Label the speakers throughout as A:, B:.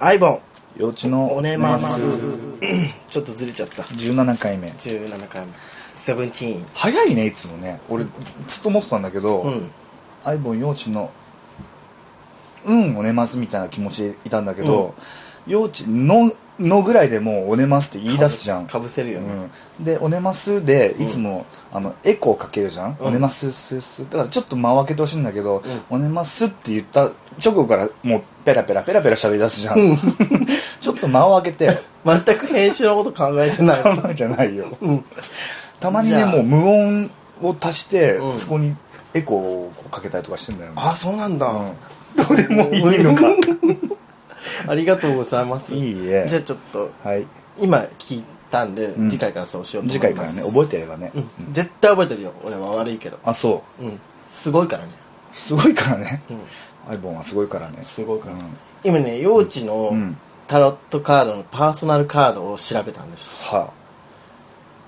A: アイボン
B: 幼稚の
A: おねますちょっとずれちゃった
B: 17回目
A: 17回目セブンティーン
B: 早いねいつもね俺ずっと思ってたんだけど、
A: うん
B: アイボン幼稚の「うんおねます」みたいな気持ちでいたんだけど、幼稚の「の」ぐらいでもう「おねます」って言い出すじゃん
A: かぶせるよね
B: うん、で「おねます」でいつも、あのエコーかけるじゃん「
A: うん
B: おねますすす」だからちょっと間を空けてほしいんだけど「おねます」って言った直後からもうペラペラペラペラ喋り出すじゃん、 ちょっと間を空 けて
A: 全く編集のこと考えてない
B: 考えじゃないよ
A: うん
B: たまにね
A: じゃあ
B: もう無音を足して、
A: うん
B: そこにエコーをかけたりとかしてんだよね
A: あそうなんだ
B: うんどうでもいいのか
A: ありがとうございます
B: いいえ
A: じゃあちょっと
B: はい
A: 今聞いたんで
B: ん
A: 次回からそうしようと
B: 次
A: 思
B: 回
A: い
B: か
A: ま
B: ら
A: す
B: ね覚えてやればね、
A: えうん絶対覚えてるよ俺は悪いけど
B: あそう
A: うんすごいからね
B: すごいからね、
A: ん
B: アイボンはすごいからね
A: すごいから
B: うん
A: 今ね幼稚の
B: うん
A: タロットカードのパーソナルカードを調べたんです
B: は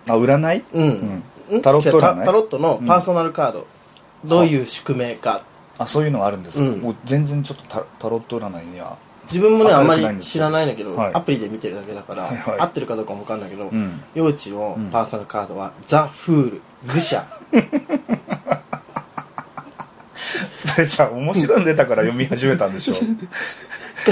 B: ああ占い
A: うん、ん
B: タロット
A: 違うタ
B: 占い
A: タロットのパーソナルカード、どういう宿命か
B: あそういうのがあるんです、
A: うん
B: もう全然ちょっとタタロット 占いには
A: 自分もねあ
B: あ
A: んま
B: よくないん
A: り
B: です
A: 知
B: よ
A: らないんだけど、
B: はい
A: アプリで見てるだけだから、
B: はいはい
A: 合ってるかどうかも分かんないけど、
B: ん
A: 幼稚のパーソナルカードは、ザ・フール愚 者
B: それさ面白いの出たから読み始めたん でしょ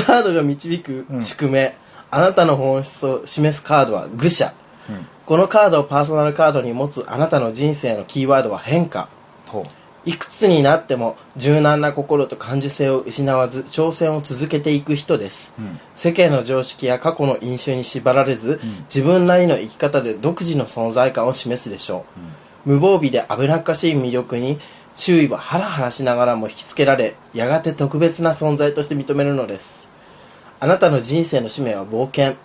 A: カードが導く宿命、あなたの本質を示すカードは愚者、
B: うん
A: このカードをパーソナルカードに持つあなたの人生のキーワードは変化
B: ほ
A: いくつになっても柔軟な心と感受性を失わず挑戦を続けていく人です、
B: ん
A: 世間の常識や過去の印象に縛られず、自分なりの生き方で独自の存在感を示すでしょう、無防備で危なっかしい魅力に周囲はハラハラしながらも引きつけられやがて特別な存在として認めるのですあなたの人生の使命は冒険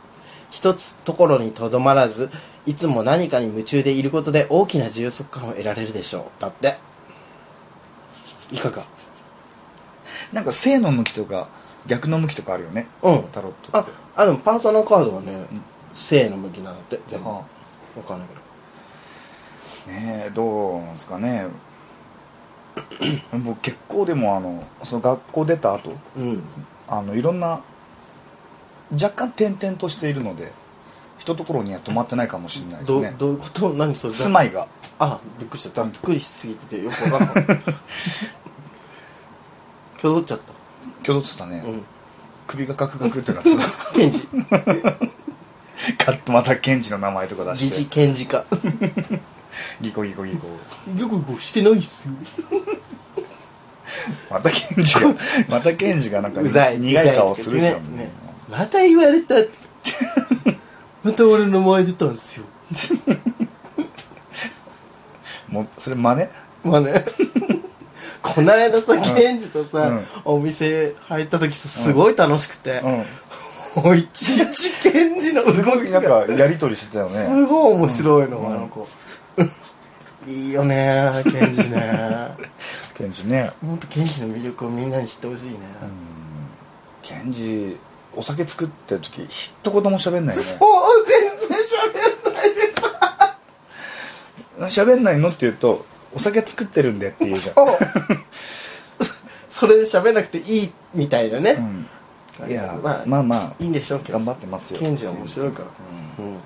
A: 一つところにとどまらずいつも何かに夢中でいることで大きな充足感を得られるでしょうだっていかが
B: うなんか正の向きとか逆の向きとかあるよね、
A: うん
B: タロットって
A: ああでもパーソナルカードはね、正の向きなのって全部わ
B: は
A: かんないけど
B: あねえどうなんですかね 僕結構でもあのその学校出た後
A: うん
B: あのいろんな若干転々としているので一ところには止まってないかもしれないです
A: ど
B: ね
A: どういうこと何それ
B: 住まいが
A: あびっくりしたざっくりしすぎててよくわかん ないきょどっちゃっ
B: 挙動っつったね、
A: たうん
B: 首がカクカクってなってた
A: 検事
B: カットまたケンジの名前とか出
A: 疑似
B: して
A: 検事か
B: ギコギコギコ
A: よくこしてないっすよ
B: またケンジ がまたケンジがなんか
A: うざい
B: 苦い顔するじゃん
A: ねねまた言われ たまた俺の名前出たんすよ
B: もうそれ真似
A: まあね こないださケンジとさ、
B: うん
A: お店入った時さすごい楽しくて、
B: う
A: おいちいちケンジの
B: んすごいなんかやりとりしてたよね
A: すごい面白いの、あの子いいよねケンジ ね
B: ケンジね
A: もっとケンジの魅力をみんなに知ってほしいね、
B: ケンジお酒作ってる時一言も喋んないよね
A: そう全然喋んないでさ
B: 喋んないのって言うとお酒作ってるんでって言うじゃん
A: そう それで喋んなくていいみたいなね、
B: うん、いや、
A: まあ
B: まあま
A: いいんでしょう
B: あ
A: けど
B: 頑張ってますよ
A: ケンジは面白いから、うん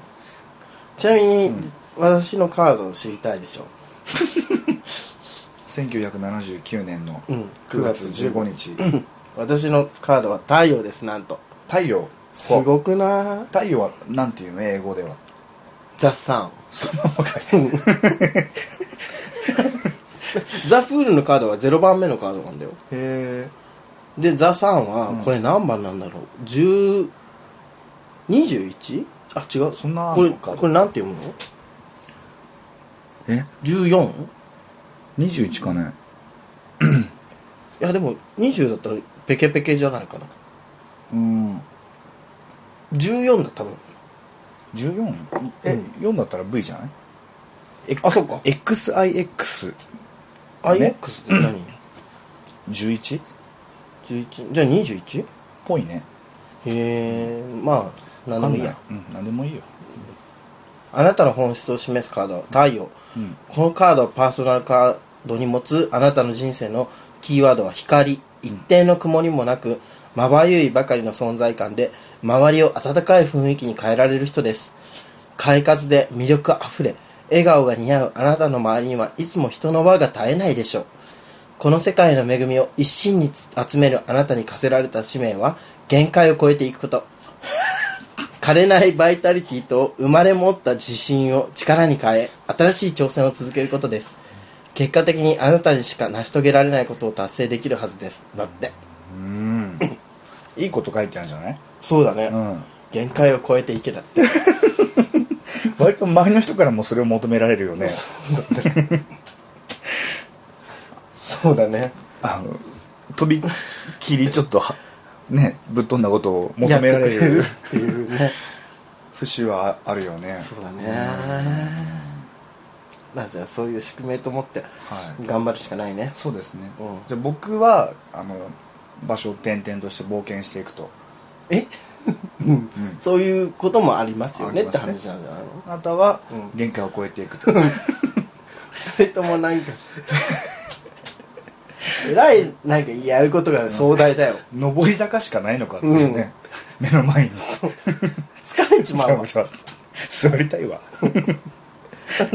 A: ちなみに、私のカードを知りたいでしょ
B: 1979年の
A: うん
B: 9月15日、
A: 私のカードは太陽ですなんと
B: 太陽
A: すごくな
B: 太陽はなんていうの英語では
A: ザ・サン
B: そのままかい
A: ザ・フールのカードは0番目のカードなんだよ
B: へ
A: でザ・サンはこれ何番なんだろう、10 21? あ違う
B: そんな
A: これ
B: のカード
A: これなんて読むの
B: え
A: 14?
B: 21かね
A: いやでも20だったらペケペケじゃないかな
B: うん
A: 14だ多分
B: 14? え、
A: うん
B: 4だったら V じゃない
A: あそうか
B: ?XIX11?
A: IX って何11じゃあ 21? へ
B: ぽいね
A: えまあ何でもいい
B: わ
A: や
B: かんないうん何でもいいよ
A: あなたの本質を示すカードは太陽、
B: うん
A: このカードをパーソナルカードに持つあなたの人生のキーワードは光一定の曇りもなくまばゆいばかりの存在感で周りを温かい雰囲気に変えられる人です快活で魅力あふれ笑顔が似合うあなたの周りにはいつも人の輪が絶えないでしょうこの世界の恵みを一身に集めるあなたに課せられた使命は限界を超えていくこと枯れないバイタリティと生まれ持った自信を力に変え新しい挑戦を続けることです結果的にあなたにしか成し遂げられないことを達成できるはずですだって
B: うんいいこと書いてあるんじゃない
A: そうだね、
B: うん
A: 限界を超えていけだって
B: 割と周りの人からもそれを求められるよね
A: そうだね
B: あのとびっきりちょっとはねぶっ飛んだことを求められ
A: やってく
B: る
A: っていうね
B: 節はあるよね
A: そうだねまあじゃあそういう宿命と思って
B: はい
A: 頑張るしかないね、
B: そうですね、
A: うん
B: じゃあ僕はあの場所を転々として冒険していくと
A: え、うん、そういうこともありますよねって
B: あります
A: 話なんじゃない
B: ね
A: の
B: あなたは
A: うん
B: 限界を超えていくと、
A: 二人ともなんかえらいなんかやることが壮大だよ
B: 上り坂しかないのかっていうね、目の前に
A: 疲れちま うわ
B: 座りたいわ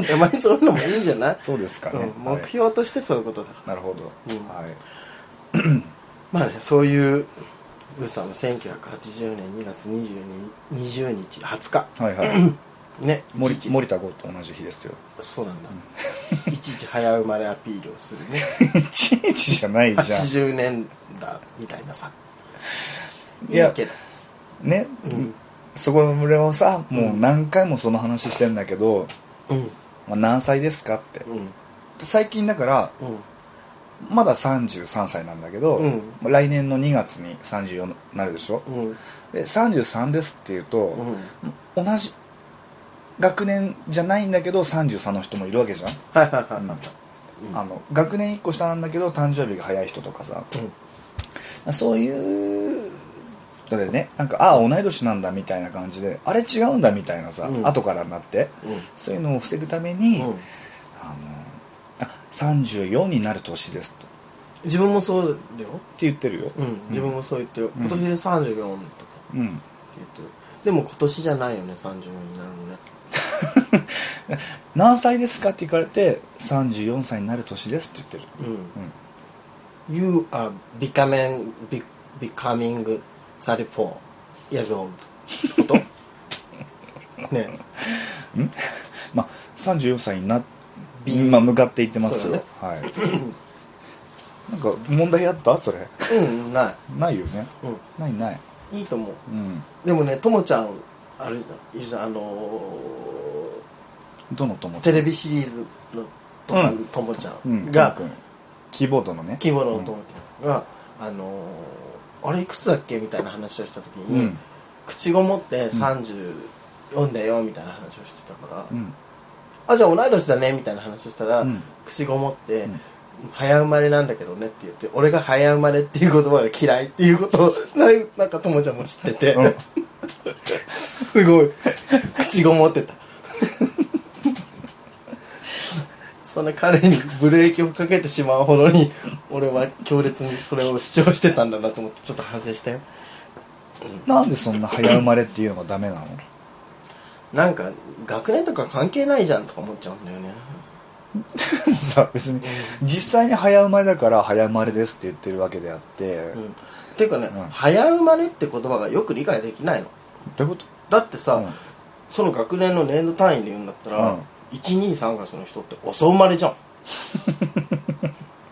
A: たまにそういうのもいいんじゃない
B: そうですかね、
A: うん、
B: はい
A: 目標としてそういうことだ
B: なるほど、
A: うん
B: はい
A: まあねそういうウーさんの1980年2月22 20日20日
B: はいはい
A: ね
B: 森
A: いちいち
B: 森田剛と同じ日 ですよ
A: そうなんだ、いちいち早生まれアピールをするね
B: いちいちじゃないじゃん
A: 80年だみたいなさい
B: いや
A: いけど
B: ね、そこの村をさもう何回もその話してんだけど、
A: うん
B: まあ、何歳ですかって、
A: うん
B: 最近だから
A: うん
B: まだ33歳なんだけど、
A: うん
B: まあ来年の2月に34になるでしょ、
A: うん
B: で33ですっていうと、
A: うん
B: 同じ学年じゃないんだけど33の人もいるわけじゃん、
A: はいはいはい、
B: あの学年1個下なんだけど誕生日が早い人とかさ、
A: うん
B: そういうのでねなんかああ同い年なんだみたいな感じであれ違うんだみたいなさ、
A: うん
B: 後からになって
A: う
B: そういうのを防ぐために、
A: ん
B: あのあ34になる年ですとっ
A: 自分もそうだよ、
B: て言ってるよ、
A: うん、自分もそう言ってる、
B: ん
A: 今年で34とか
B: うん
A: って言ってるでも今年じゃないよね34になるのね
B: 何歳ですかって聞かれて34歳になる年ですって言ってる、
A: うん、You are becoming, be, becoming 34 years old ってこと ね
B: まあ34歳にな
A: ビ
B: 今向かっていってますよ、
A: そう
B: はいなんか問題あったそれ
A: うんな
B: ないよね
A: い、
B: ないない
A: うん、いいと思う
B: うん
A: でもねともちゃんあれいるじゃんあの
B: どの友
A: ー、テレビシリーズのとも,、
B: うん
A: ともちゃ
B: うん
A: んが、
B: 君キーボードのね
A: 規模のともちゃんが、あのー、あれいくつだっけみたいな話をした時
B: うん、う
A: に、
B: ん
A: 口ごもって34だよみたいな話をしてたから、
B: うん
A: あじゃあ同い年だねみたいな話をしたら、
B: うん
A: 口ごもって、
B: うん
A: 早生まれなんだけどねって言って俺が早生まれっていう言葉が嫌いっていうことを ななんかともちゃんも知ってて、
B: うん
A: すごい口ごもってたその彼にブレーキをかけてしまうほどに俺は強烈にそれを主張してたんだなと思ってちょっと反省したよ
B: なんでそんな早生まれっていうのがダメなの
A: なんか学年とか関係ないじゃんとか思っちゃうんだよね
B: さ別に実際に早生まれだから早生まれですって言ってるわけであって、
A: うんっていうかね、
B: うん
A: 早生まれって言葉がよく理解できないの
B: どういうこと
A: だってさ、
B: うん
A: その学年の年度単位で言うんだったら、
B: うん
A: 123月の人って遅生まれじゃ ん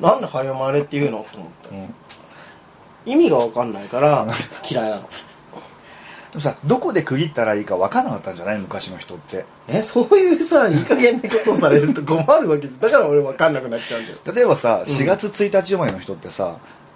A: なんで早生まれって言うのと思って、
B: うん
A: 意味が分かんない から嫌いなの
B: でもさどこで区切ったらいいか分からなかったんじゃない昔の人って
A: えそういうさいい加減なことをされると困るわけじゃんだから俺分かんなくなっちゃうんだよ
B: 例えばさ4月1日生まれの人ってさ、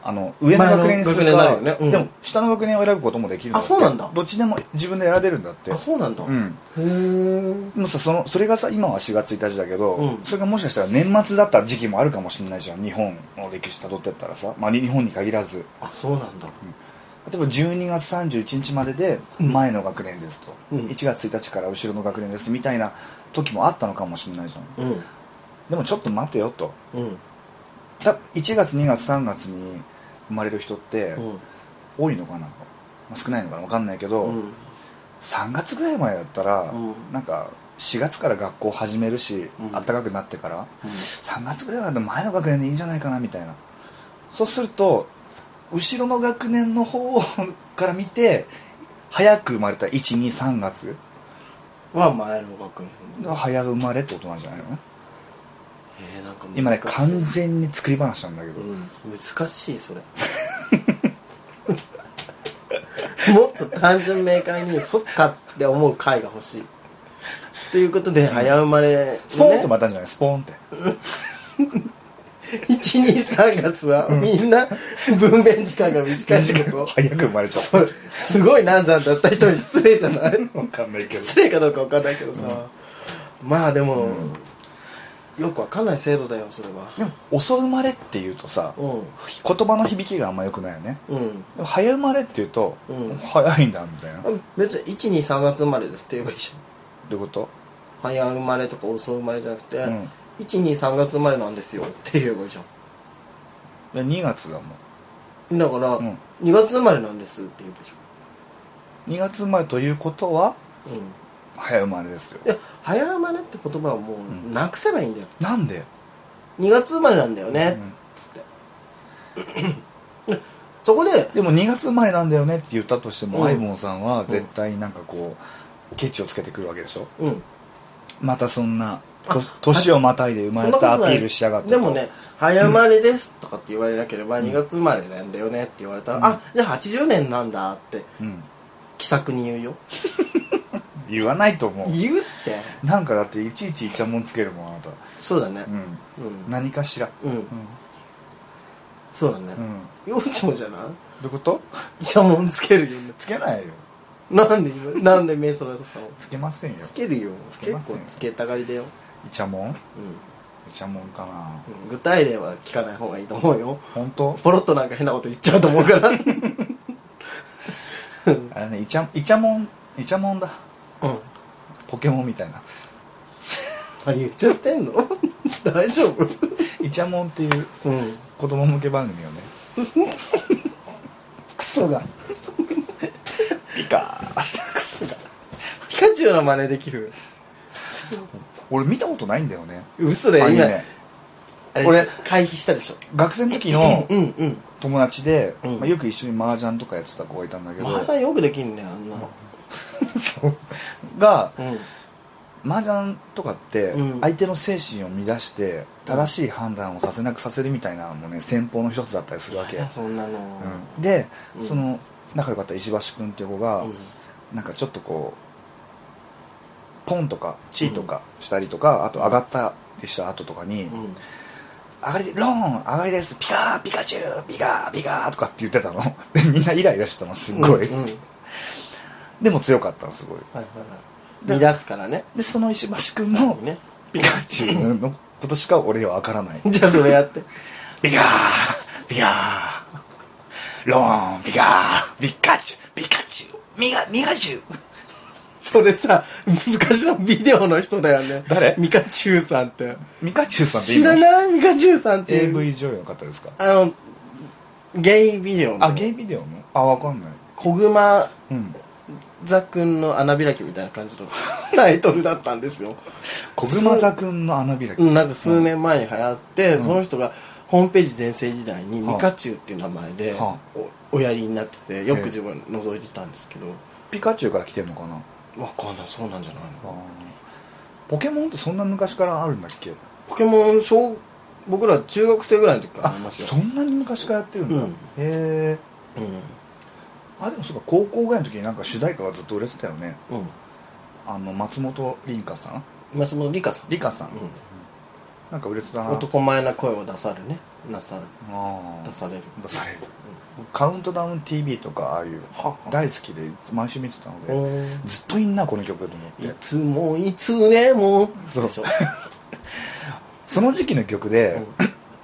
B: あの上の
A: 前の
B: 学年にす
A: 学
B: る
A: 年になる
B: か、
A: よねうん
B: でも下の学年を選ぶこともできるんだって
A: あそうなんだ
B: どっちでも自分で選べるんだって
A: あそうなんだ、
B: うん
A: へ
B: でもさそのそれがさ今は4月1日だけど、
A: うん
B: それがもしかしたら年末だった時期もあるかもしれないじゃん日本の歴史たどってったらさ、まあ、に日本に限らず
A: あそうなんだ、
B: 例えば12月31日までで前の学年ですと、
A: うん
B: 1月1日から後ろの学年ですみたいな時もあったのかもしれないじゃん
A: うん
B: でもちょっと待てよと
A: うん
B: た1月2月3月に生まれる人って、
A: うん
B: 多いのかな少ないのかな分かんないけど、
A: うん
B: 3月ぐらい前だったら、
A: うん
B: なんか4月から学校始めるし、
A: うん
B: 暖かくなってから、3月ぐらいは前の学年でいいんじゃないかなみたいなそうすると後ろの学年の方から見て早く生まれた123月
A: は前の学年
B: が早生まれってことなんじゃないの
A: えー、なんか難しい
B: 今ね完全に作り話なんだけど、
A: うん難しいそれ もっと単純明快にそっかって思う回が欲しいということで早生まれ、ね、
B: スポーンとまたんじゃないスポーンって
A: 123月はみんな分娩時間が短いってこと
B: 早く生まれちゃ
A: それすごい難産だった人に失礼じゃない
B: うわかんないけど
A: 失礼かどうかわかんないけどさ、まあでも、よくわかんない制度だよそれは
B: でも遅生まれっていうとさ
A: う
B: 言葉の響きがあんま良くないよね
A: んうん
B: でも早生まれっていうと、
A: うん
B: 早いんだみたいなど
A: 別に123月生まれですって言えばいいじゃん
B: ういうこと
A: 早生まれとか遅生まれじゃなくて、
B: うん
A: 123月生まれなんですよって言えばいいじゃ
B: で2月だもん
A: んだから、
B: うん
A: 2月生まれなんですって言えばいいじ
B: 2月生まれということは
A: ゃん、うん、い
B: 早生まれですよ
A: や早生まれって言葉はもうなくせばいいんだよ、
B: なんで
A: 2月生まれなんだよね、
B: うん
A: つって そこで
B: でも2月生まれなんだよねって言ったとしても、
A: うん
B: アイボンさんは絶対なんかこうケチをつけてくるわけでしょ
A: うん
B: またそんな
A: あ
B: と年をまたいで生ま
A: そんな
B: れ
A: こと
B: た
A: ない
B: アピールしやがって
A: で
B: と
A: もね早生まれですとかって言われなければ2月生まれなんだよねって言われたら、
B: うん
A: あじゃあ80年なんだって
B: うん
A: 気さくに言うよ
B: 言わないと思う
A: 言うって
B: なんかだっていちいちいちゃもんつけるもんあなた
A: そうだね
B: うん
A: うん
B: 何かしら
A: うん
B: う
A: そうだね、
B: んうん
A: 幼稚もじゃない
B: どういうこと
A: いやもんつけるよ
B: つけないよ
A: なんで今なんで目そらさの
B: つけませんよ
A: つけるよ
B: つ
A: 結
B: けません
A: 構つけたがりだよ、
B: いちゃもんい
A: うん
B: ちゃもんかな
A: うん、具体例は聞かない方がいいと思うよ
B: 本当
A: ポロッとなんか変なこと言っちゃうと思うからうん
B: あれねいちゃいちゃもんいちゃもんだポケモンみたいな
A: あ言っちゃってんの 大丈夫
B: いちゃもんっていう
A: うん
B: 子供向け番組よね
A: クソが
B: いいか
A: クソがピカチュウの真似できる
B: 俺見たことないんだよね
A: 嘘だよ
B: アニ
A: 今
B: メ
A: あれ
B: 俺
A: 回避したでしょ
B: 学生の時の
A: うんうん
B: 友達で、
A: うん
B: まあ、よく一緒に麻雀とかやってた子がいたんだけど
A: マージャンよくできんねあんなの
B: そうが
A: うん
B: 麻雀とかって
A: うん
B: 相手の精神を乱して正しい判断をさせなくさせるみたいなのもね戦法の一つだったりするわけ、
A: まだそんなの
B: うんで、
A: うん
B: その仲良かった石橋君っていう子が、
A: うん
B: なんかちょっとこうポンとかチーとかしたりとか、あと上がったりした後とかに「
A: うん
B: 上がりローン上がりですピカーピカチュウピカーピカー」とかって言ってたの でみんなイライラしたのすっごい、
A: うんうんはい
B: でも強かったのすごい
A: はいはい乱すからね
B: でその石橋君の
A: ね
B: ピカチュウのことしか俺は分からない
A: じゃあそれやって
B: ピカーピカーローンピカーピカチュウピカチュウミガミガチュウ
A: それさ昔のビデオの人だよね
B: 誰
A: ミカチュウさんって
B: ミカチュウさんってい
A: 知らないミカチュウさんっていう
B: AV 女優の方ですか
A: あのゲイビデオの
B: あゲイビデオのあわかんない
A: 小熊
B: うん
A: 座くんの穴開きみたいな感じの タイトルだったんですよ
B: 小熊座くんの穴開き
A: うんなんか数年前に流行って、その人がホームページ全盛時代にミカチュウっていう名前で
B: は
A: おおやりになっててよく自分覗いてたんですけど
B: ピカチュウから来てるのかな
A: わかんないそうなんじゃないの
B: あーポケモンってそんな昔からあるんだっけ
A: ポケモン小僕ら中学生ぐらいの時からありますよ
B: そんなに昔からやってるんだ、
A: うん
B: へえ
A: う
B: あでもそうか高校ぐらいの時になんか主題歌がずっと売れてたよね
A: んうん
B: あの松本凛香さん
A: 松本梨香さん、
B: 梨香さん、
A: う、
B: なんか売れてたなん
A: 男前な声を出されるねなさる
B: ああ
A: 出される
B: 出される、カウントダウン TV とかああいう
A: は
B: 大好きで毎週見てたので、
A: うん
B: ずっといいなこの曲と思っ
A: い
B: て
A: つもいつでも
B: そう
A: でしょ
B: その時期の曲で、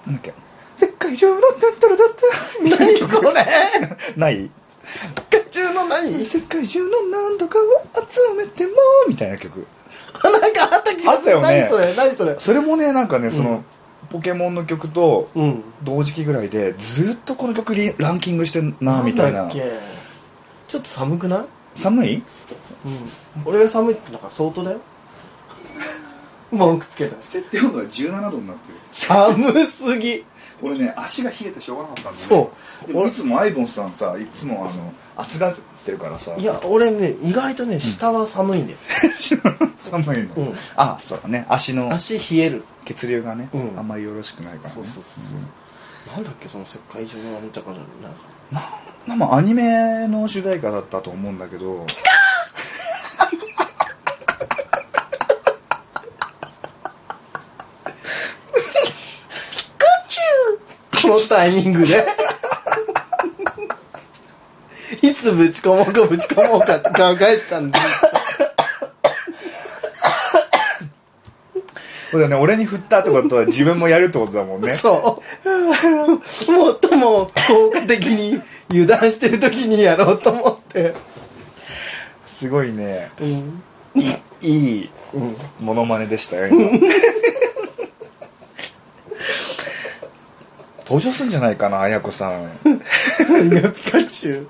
B: なんだっけ世界中のだったらだったら
A: 何それ
B: ない
A: 世界中の何
B: 世界中の何とかを集めてもみたいな曲
A: なんかあった気がする
B: あった
A: 何
B: よね
A: それ何それ
B: それもねなんかねその、ポケモンの曲と
A: うん
B: 同時期ぐらいでずっとこの曲リランキングしてんなみたい
A: ん
B: な
A: だっけちょっと寒くない
B: 寒い
A: うん俺が寒いってなんか相当だよ 文句つけた
B: 設定温度が17度になってる
A: 寒すぎ
B: 俺ね足が冷えてしょうがなかったんだ、ね、
A: そう
B: でも
A: 俺
B: いつもアイボンさんさいつもあの暑がってるからさ
A: いや俺ね意外とね下は寒いんだよ、
B: 寒いの、
A: うん
B: あそうだね足の
A: 足冷える
B: 血流がね、
A: うん
B: あんまりよろしくないからね
A: そうそうそうなんだっけその世界中のあのちゃかじゃなんか
B: まあまあアニメの主題歌だったと思うんだけど
A: このタイミングでいつぶち込もうかぶち込もうかって考えてたんです
B: そうだね俺に振ったってことは自分もやるってことだもん ね
A: そうもっとも効果的に油断してる時にやろうと思って
B: すごいね
A: うん
B: いい
A: うん
B: モノマネでしたよ 今登場すんじゃないかな綾子さん
A: いやピカチュウ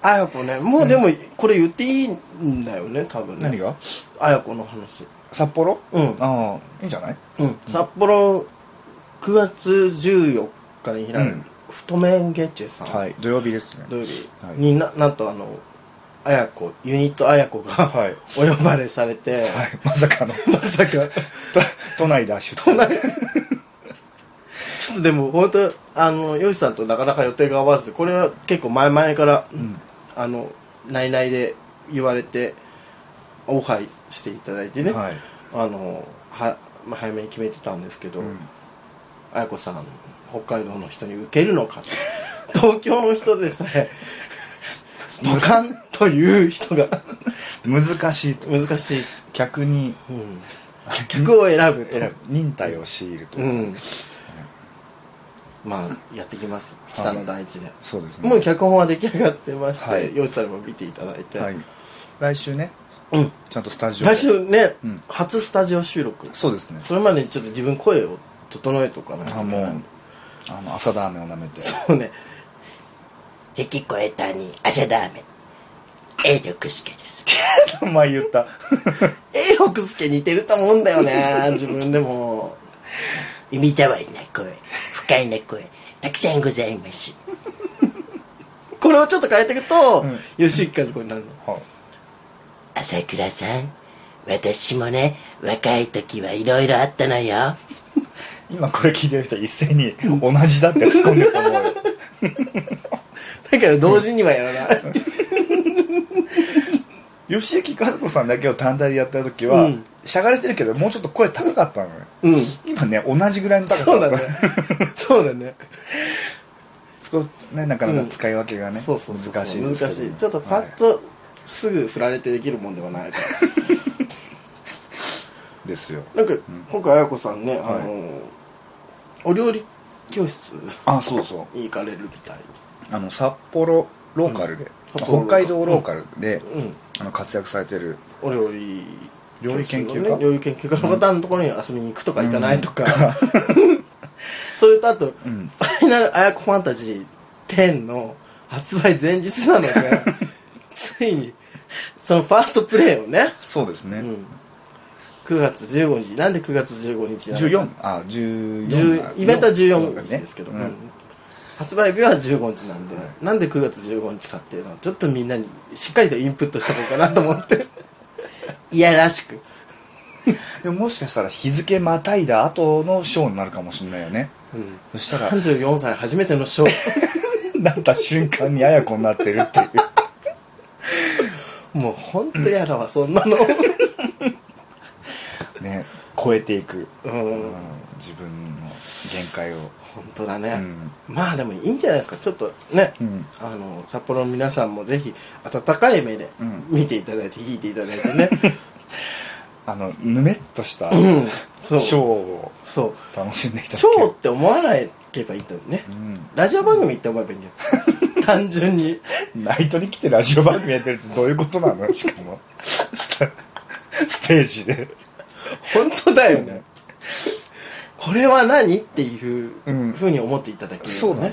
A: あやこねもうでもこれ言っていいんだよね多分ね
B: 何が
A: あやこの話
B: 札幌
A: うん
B: ああいいんじゃない
A: うん札幌9月14日に開
B: う
A: く
B: ん
A: 太麺ゲッチェさん、
B: はい土曜日ですね
A: 土曜日
B: はい
A: にななんとあのあやこユニットあやこが、
B: はい
A: お呼ばれされて、
B: はいまさかの
A: まさか
B: 都都内脱出
A: ちょっとでも本当あのヨシさんとなかなか予定が合わずこれは結構前々から、
B: ん
A: あの内々で言われてオファーしていただいてね、
B: はい
A: あのは、まあ、早めに決めてたんですけど、
B: うん
A: あやこさん北海道の人に受けるのかと東京の人でさ えポカンという人が
B: 難しいと
A: 難しい、
B: 客に
A: うん、客を選ぶと
B: 選ぶ忍耐を強いると、
A: うんまあやってきます北の大地で、
B: そうですね
A: もう脚本は出来上がってまして、
B: はい
A: 用意さんにも見ていただいて、
B: はい、来週ね
A: うん
B: ちゃんとスタジオで
A: 来週ね、
B: うん
A: 初スタジオ収録
B: そうですね
A: それまでにちょっと自分声を整えとかないとい
B: あ
A: け
B: もう
A: ない
B: あの朝ラーメンを舐めて
A: そうね敵超えたにアジャダーメン A 六助です
B: お前言った
A: A 六助似てると思うんだよね自分でも耳障りな声不快な声たくさんございますこれをちょっと変えていくと、
B: ん
A: 吉一和子になるの
B: はい
A: 朝倉さん私もね若い時はいろいろあったのよ
B: 今これ聞いてる人一斉に同じだって突っ込んでると思うよ
A: だから同時にはやらない
B: 吉行和子さんだけを単体でやった時は、
A: うん
B: しゃがれてるけどもうちょっと声高かったのよ
A: うん
B: 今ね同じぐらいの高さ
A: そうだ ねそうだね
B: そこねなかなか使い分けがね、
A: そうそうそう
B: 難しいですけど
A: 難しいちょっとパ
B: は
A: ッとすぐ振られてできるもんではないから
B: いですよ
A: なんか、今回あやこさんね、あのお料理教室
B: あそうそう
A: に行かれるみたい
B: あの札幌ローカルで、
A: うん
B: まあ北海道ローカルで、
A: うん
B: あの活躍されてる
A: お料理
B: 料理研究家
A: 教室のね料理研究家の方のところに遊びに行くとか行かないとか、 それとあと、
B: ん
A: ファイナルあやこファンタジー10の発売前日なの でついにそのファーストプレイをね、
B: そうですね、
A: うん、9月15日なんで9月15日なのか
B: 14あ14
A: 10イベントは14日
B: ね
A: ですけど、
B: う
A: うん
B: ん
A: 発売日は15日なんで、なんで9月15日かっていうのはちょっとみんなにしっかりとインプットした方がいいかなと思っていやらしく
B: でももしかしたら日付またいだ後のショーになるかもしれないよね、
A: ん
B: そしたら
A: 34歳初めてのショー
B: なった瞬間にあや子になってるっていう
A: もう本当やだわそんなの
B: ね超えていく、
A: うん
B: うん自分の限界を
A: 本当だね、まあでもいいんじゃないですかちょっとね、
B: うん
A: あの札幌の皆さんもぜひ温かい目で
B: うん
A: 見ていただいて聞いていただいてね、
B: あのぬめっとした、
A: うん、そう
B: ショーを
A: そう
B: 楽しんでいただ
A: ショー
B: け
A: って思わなければいいと思うね、
B: ん
A: ラジオ番組って思えばいいんだよ 単純に
B: ナイトに来てラジオ番組やってるってどういうことな のしかもスタステージで
A: 本当だよねこれは何っていう
B: うん
A: ふうに思っていただける
B: そうだね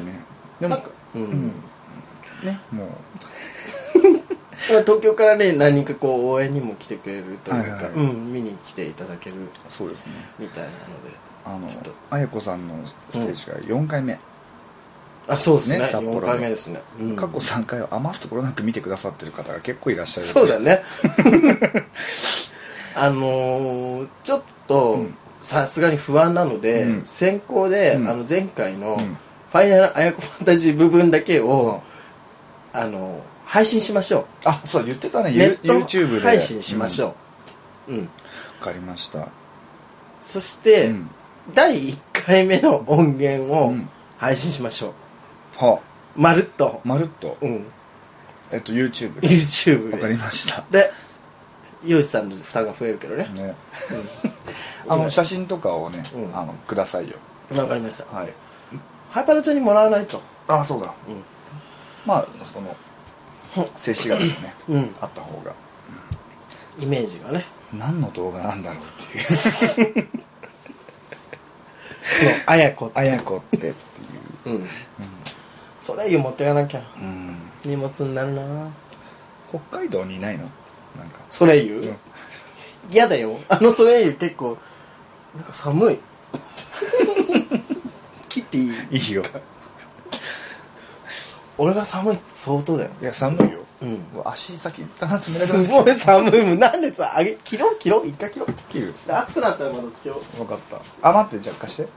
B: でも
A: なんかうん、
B: うんねもう
A: 東京からね何人かこう応援にも来てくれるというか、
B: はいはい
A: うん、見に来ていただける
B: そうですね
A: みたいなので
B: あの
A: ちょっと
B: 綾子さんのステージが4回目、
A: あそうですね
B: ね札幌で
A: 4回目ですね、うん
B: 過去3回を余すところなく見てくださってる方が結構いらっしゃる
A: そうだね あのーちょっと
B: うん
A: さすがに不安なので、
B: うん
A: 先行で、
B: うん
A: あの前回の「
B: う
A: フ
B: ん
A: ァイナルあやこファンタジー」部分だけを、あの配信しましょ
B: あそう言ってたね
A: う
B: ゆ
A: ネッ
B: YouTube
A: ト
B: で
A: 配信しまし
B: うん
A: ょう、うん
B: わかりました
A: そして、
B: うん
A: 第1回目の音源
B: う
A: を
B: ん
A: 配信しましょう、
B: は
A: まるっと、
B: まるっと、
A: うん、
B: えっと YouTube で
A: YouTube
B: わ
A: で
B: かりました
A: でヨウシさんの負担が増えるけどね、
B: ね
A: うん
B: あの写真とかをね、
A: うん
B: あのくださいよ
A: わかりました
B: はい
A: ハイパラちゃんにもらわないと
B: あそうだ
A: うん
B: まあその静止画がね、
A: うん
B: あった方が
A: イメージがね
B: 何の動画なんだろうっていう
A: この「あやこ」
B: あやこってっていう
A: うん、それ湯持ってかなきゃ
B: うん
A: 荷物になるな
B: 北海道にいないのなんか
A: ソレイユ
B: うん
A: 嫌だよあのソレイユ結構なんか寒い切っていい
B: いいよ
A: 俺が寒いって相当だよ
B: いや寒いよ
A: うん
B: 足先だ
A: す
B: 冷た
A: ご
B: く
A: い寒いもんなんでさあげ切ろう切ろう一回切ろう
B: 切る
A: で暑くなったらまたつけよう
B: 分かったあ待ってじゃあ貸して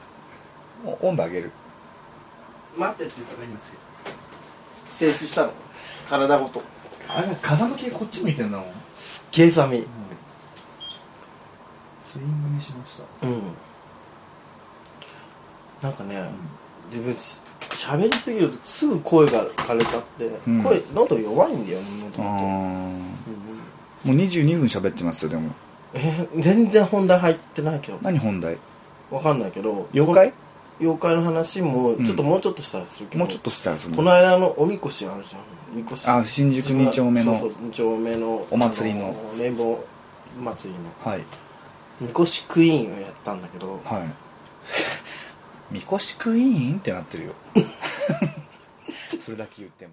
B: お温度上げる
A: 待ってって言ったら今すぐ静止したの体ごと
B: あれ風向きがこっち向いてんだもん、うん、
A: すっげえ寒い
B: スイングにしました
A: うんなんかね、自分し喋りすぎるとすぐ声が枯れちゃって、
B: ん
A: 声喉弱いんだよもと
B: あー
A: も
B: もう22分喋ってますよでも
A: とえ全然本題入ってないけど
B: 何本題
A: わかんないけど
B: 妖怪
A: 妖怪の話もちょっと
B: うん
A: もうちょっとしたらするけど、
B: もうちょっとしたらそ
A: こ
B: の
A: の間のおみこしあるじゃんみこし
B: あ新宿二丁目の
A: そうそう二丁目の
B: お祭りの
A: あのレインボー祭りの
B: はい
A: みこしクイーンをやったんだけど
B: はい みこしクイーンってなってるよ それだけ言っても